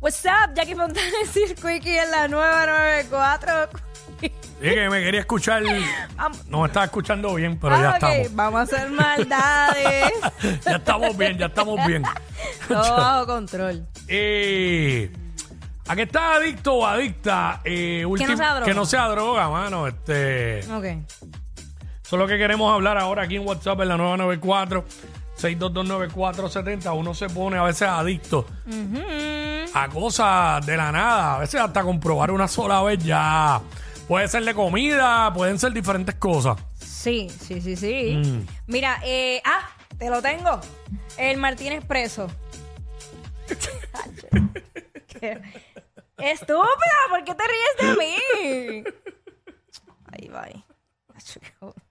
What's up, Jackie Fontana y Quickie en la nueva 94. Dije que me quería escuchar. No me estaba escuchando bien, pero ya Ah, ok, estamos. Vamos a hacer maldades. Ya estamos bien, ya estamos bien. Todo bajo control. Eh, a que estás adicto o adicta, eh, no sea droga. que no sea droga, mano. Este, eso Ok. es lo que queremos hablar ahora aquí en WhatsApp en la 994 6229470. Uno se pone a veces adicto Mm. a cosas de la nada. A veces hasta comprobar una sola vez ya. Puede ser de comida, pueden ser diferentes cosas. Sí, sí, sí, sí. Mm. Mira, eh, ah, te lo tengo. El Martínez preso. Qué- Estúpida, ¿por qué te ríes de mí? Ahí va. ahí. Acho, qué joder.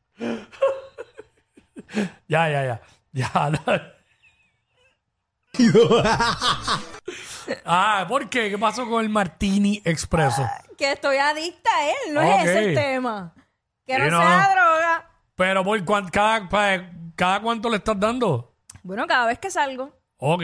Ya, ya, ya. Ya, no. ah, ¿por qué? ¿Qué pasó con el Martini Expreso? Que estoy adicta a él, no Ok. es ese el tema. Que Sí, no no, sea no. droga. Pero por cuan- cada, pa- cada cuánto le estás dando. Bueno, cada vez que salgo, Ok.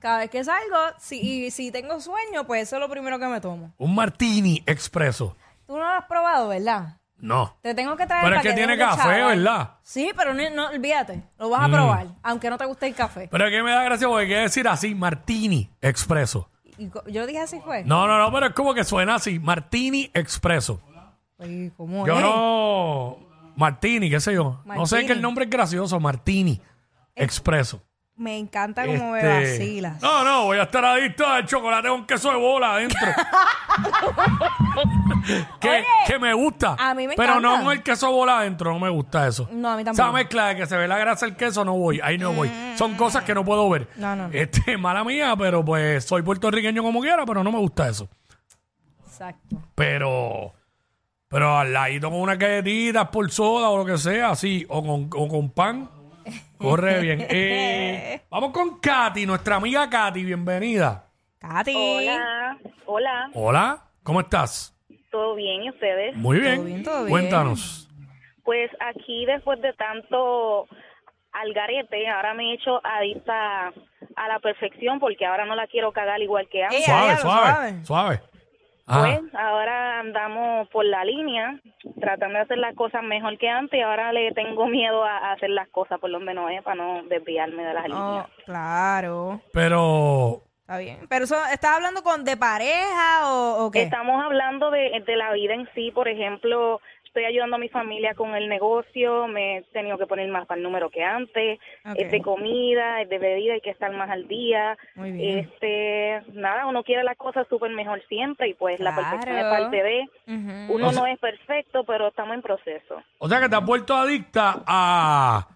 cada vez que salgo, si, y si tengo sueño, pues eso es lo primero que me tomo. Un Martini Expreso. Tú no lo has probado, ¿verdad? no. Te tengo que traer Pero es para que tiene dejes de café, chaval. ¿verdad? Mm. Sí, pero no, no, olvídate, lo vas a probar, aunque no te guste el café. Pero es que me da gracia porque hay que decir así, Martini Expreso. Y co- yo dije así fue. No, no, no, pero es como que suena así, Martini Expreso. Ay, ¿cómo Yo es? no... Martini, qué sé yo. No sé Martini. que el nombre es gracioso, Martini Expreso. Me encanta cómo me Este, vacilas. No, no, voy a estar adicto al chocolate con queso de bola adentro. que, Oye, que me gusta. a mí me pero no encanta. con el queso de bola adentro, no me gusta eso. No, a mí tampoco. Esa mezcla de que se ve la grasa del queso, no voy, ahí no voy. Son cosas que no puedo ver. No, no, no. Este, mala mía, pero pues soy puertorriqueño como quiera, pero no me gusta eso. Exacto. Pero, pero al ladito con una galletita, por soda o lo que sea, así, o con, o con pan, corre bien. Eh, vamos con Katy, nuestra amiga Katy, bienvenida. Katy. Hola, hola, Hola, ¿cómo estás? ¿todo bien y ustedes? Muy bien. bien, todo bien. Cuéntanos. Pues aquí después de tanto algarete, ahora me he hecho adicta a la perfección porque ahora no la quiero cagar igual que antes. Ey, Suave, diablo, suave, suave. Ajá. Pues ahora andamos por la línea tratando de hacer las cosas mejor que antes y ahora le tengo miedo a a hacer las cosas por donde no es para no desviarme de las Oh, líneas. claro. Pero, Está bien. Pero eso, ¿estás hablando con de pareja o, o qué? Estamos hablando de, de la vida en sí, por ejemplo, estoy ayudando a mi familia con el negocio, me he tenido que poner más para el número que antes, Ok. es de comida, es de bebida, hay que estar más al día. Muy bien. Este, nada, uno quiere las cosas súper mejor siempre y pues la perfección es Claro. Mm. parte de, Ujú. uno O sea- no es perfecto, pero estamos en proceso. o sea que te has vuelto adicta a,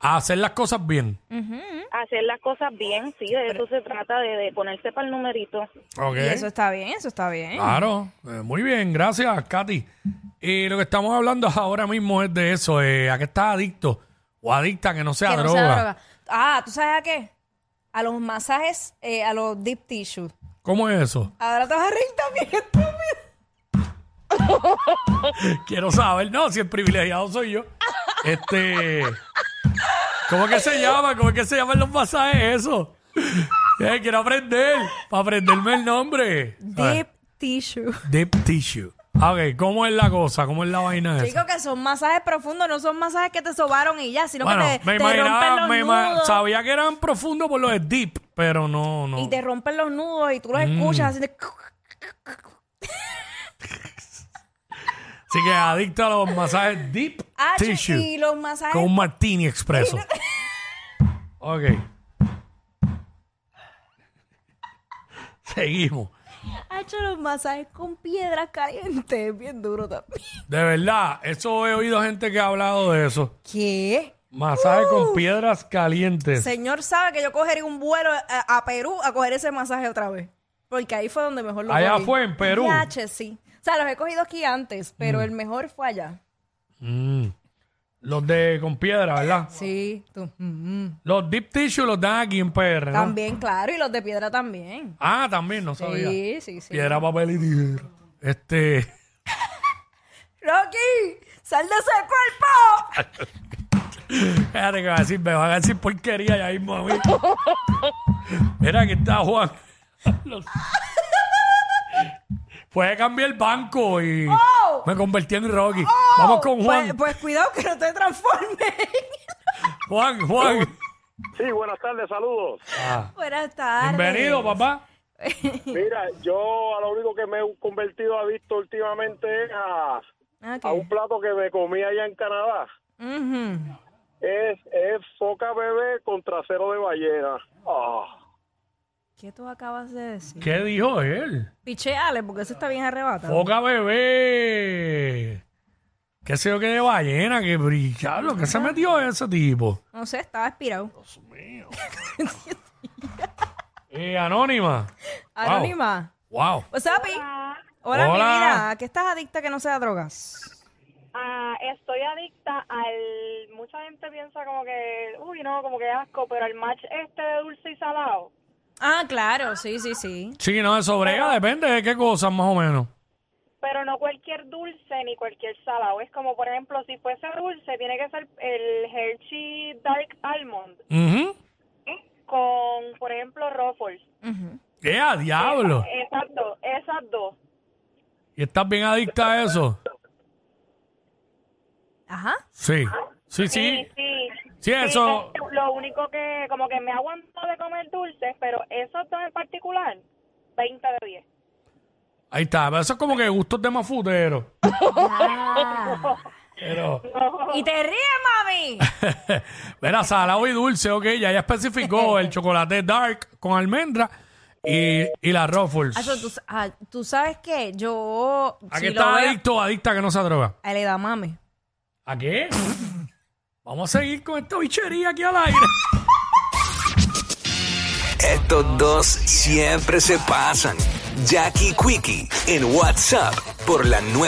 a hacer las cosas bien. Mm. Hacer las cosas bien, sí, de eso se trata, de, de ponerse para el numerito. Ok. Y eso está bien, eso está bien. Claro, Eh, muy bien, gracias, Katy. Y lo que estamos hablando ahora mismo es de eso, eh, a qué estás adicto o adicta que no sea, Que no droga. sea droga. Ah, ¿tú sabes a qué? A los masajes, eh, a los deep tissues. ¿Cómo es eso? Ahora te vas a reír también, estúpido. Quiero saber, no, si el privilegiado soy yo. Este, ¿cómo que se llama? ¿Cómo que se llaman los pasajes eso? Eh, quiero aprender, para aprenderme el nombre. A ver, Deep tissue. Deep tissue. Ah, Ok, ¿cómo es la cosa? ¿Cómo es la vaina esa? Chicos, que son masajes profundos, no son masajes que te sobaron y ya, sino que te, te rompen los me ima- nudos. sabía que eran profundos por lo de deep, pero no, no. Y te rompen los nudos y tú los Mm. escuchas así de... Así que adicto a los masajes deep Ah, chi- tissue y los masajes... con un martini expreso. ok. Seguimos. Ha hecho los masajes con piedras calientes, bien duro también. De verdad, eso he oído gente que ha hablado de eso. ¿Qué? Masaje Uh. con piedras calientes. Señor sabe que yo cogería un vuelo eh, a, a Perú a coger ese masaje otra vez. Porque ahí fue donde mejor lo Allá cogí. fue, en Perú. Yache, sí. sea, los he cogido aquí antes, pero el mejor fue allá. Mm. Los de con piedra, ¿verdad? Sí, tú. Mm, mm. Los deep tissue los dan aquí en PR, ¿no? También, claro, y los de piedra también. Ah, también, Ah. no sabía. Sí, sí, sí. Piedra, papel y tijera. Este... ¡Rocky! ¡Sal de ese cuerpo! Espérate que va a decir, me van a decir porquería ya mismo a mí. Mira, aquí está Juan. Los- Puede cambiar el banco y ¡Oh! me convertí en Rocky. Vamos con Juan. Pues, pues cuidado que no te transformes. Juan, Juan. Sí, buenas tardes, saludos. Buenas tardes. Bienvenido, papá. Mira, yo a lo único que me he convertido a visto últimamente es a, Ah, ¿qué? a un plato que me comí allá en Canadá. Ujú. Es, es foca bebé con trasero de ballena. Ah, ¿Qué tú acabas de decir? ¿Qué dijo él? Picheale, porque eso está bien arrebatado. Foca bebé. ¿Qué sé yo qué de ballena? ¿Qué brillado? ¿Qué se metió ese tipo? No sé, estaba aspirado. Eh, anónima. Anónima. Wow. What's up, Pi? Hola, Hola. mi vida. ¿A qué estás adicta que no sea drogas? Ah, estoy adicta al. Mucha gente piensa como que. Uy, no, como que asco, pero al match este de dulce y salado. Ah, claro, sí, sí, sí. Sí, no, eso brega, depende de qué cosas más o menos. Pero no cualquier dulce ni cualquier salado. Es como, por ejemplo, si fuese dulce, tiene que ser el Hershey Dark Almond Mhm. con, por ejemplo, Ruffles. ¡Eh, a diablo! Exacto, esas dos. ¿Y estás bien adicta a eso? Ajá. Sí. Sí, sí. sí. Sí, eso. es Lo único que, como que me aguanto de comer dulces, pero esos dos en particular, 20 de 10. Ahí está. Pero Eso es como que gustos de mafutero. Ah. Pero, y te ríes, mami. verá, salado y dulce, ok. Ya ya especificó el chocolate dark con almendra y, y la Ruffles. Acho, tú, ah, tú sabes que yo. ¿A si qué lo estás veo- adicto o adicta que no se droga? A la edad, mami. ¿A qué? Vamos a seguir con esta bichería aquí al aire. Estos dos siempre se pasan. Jackie Quickie en WhatsApp por la nueva.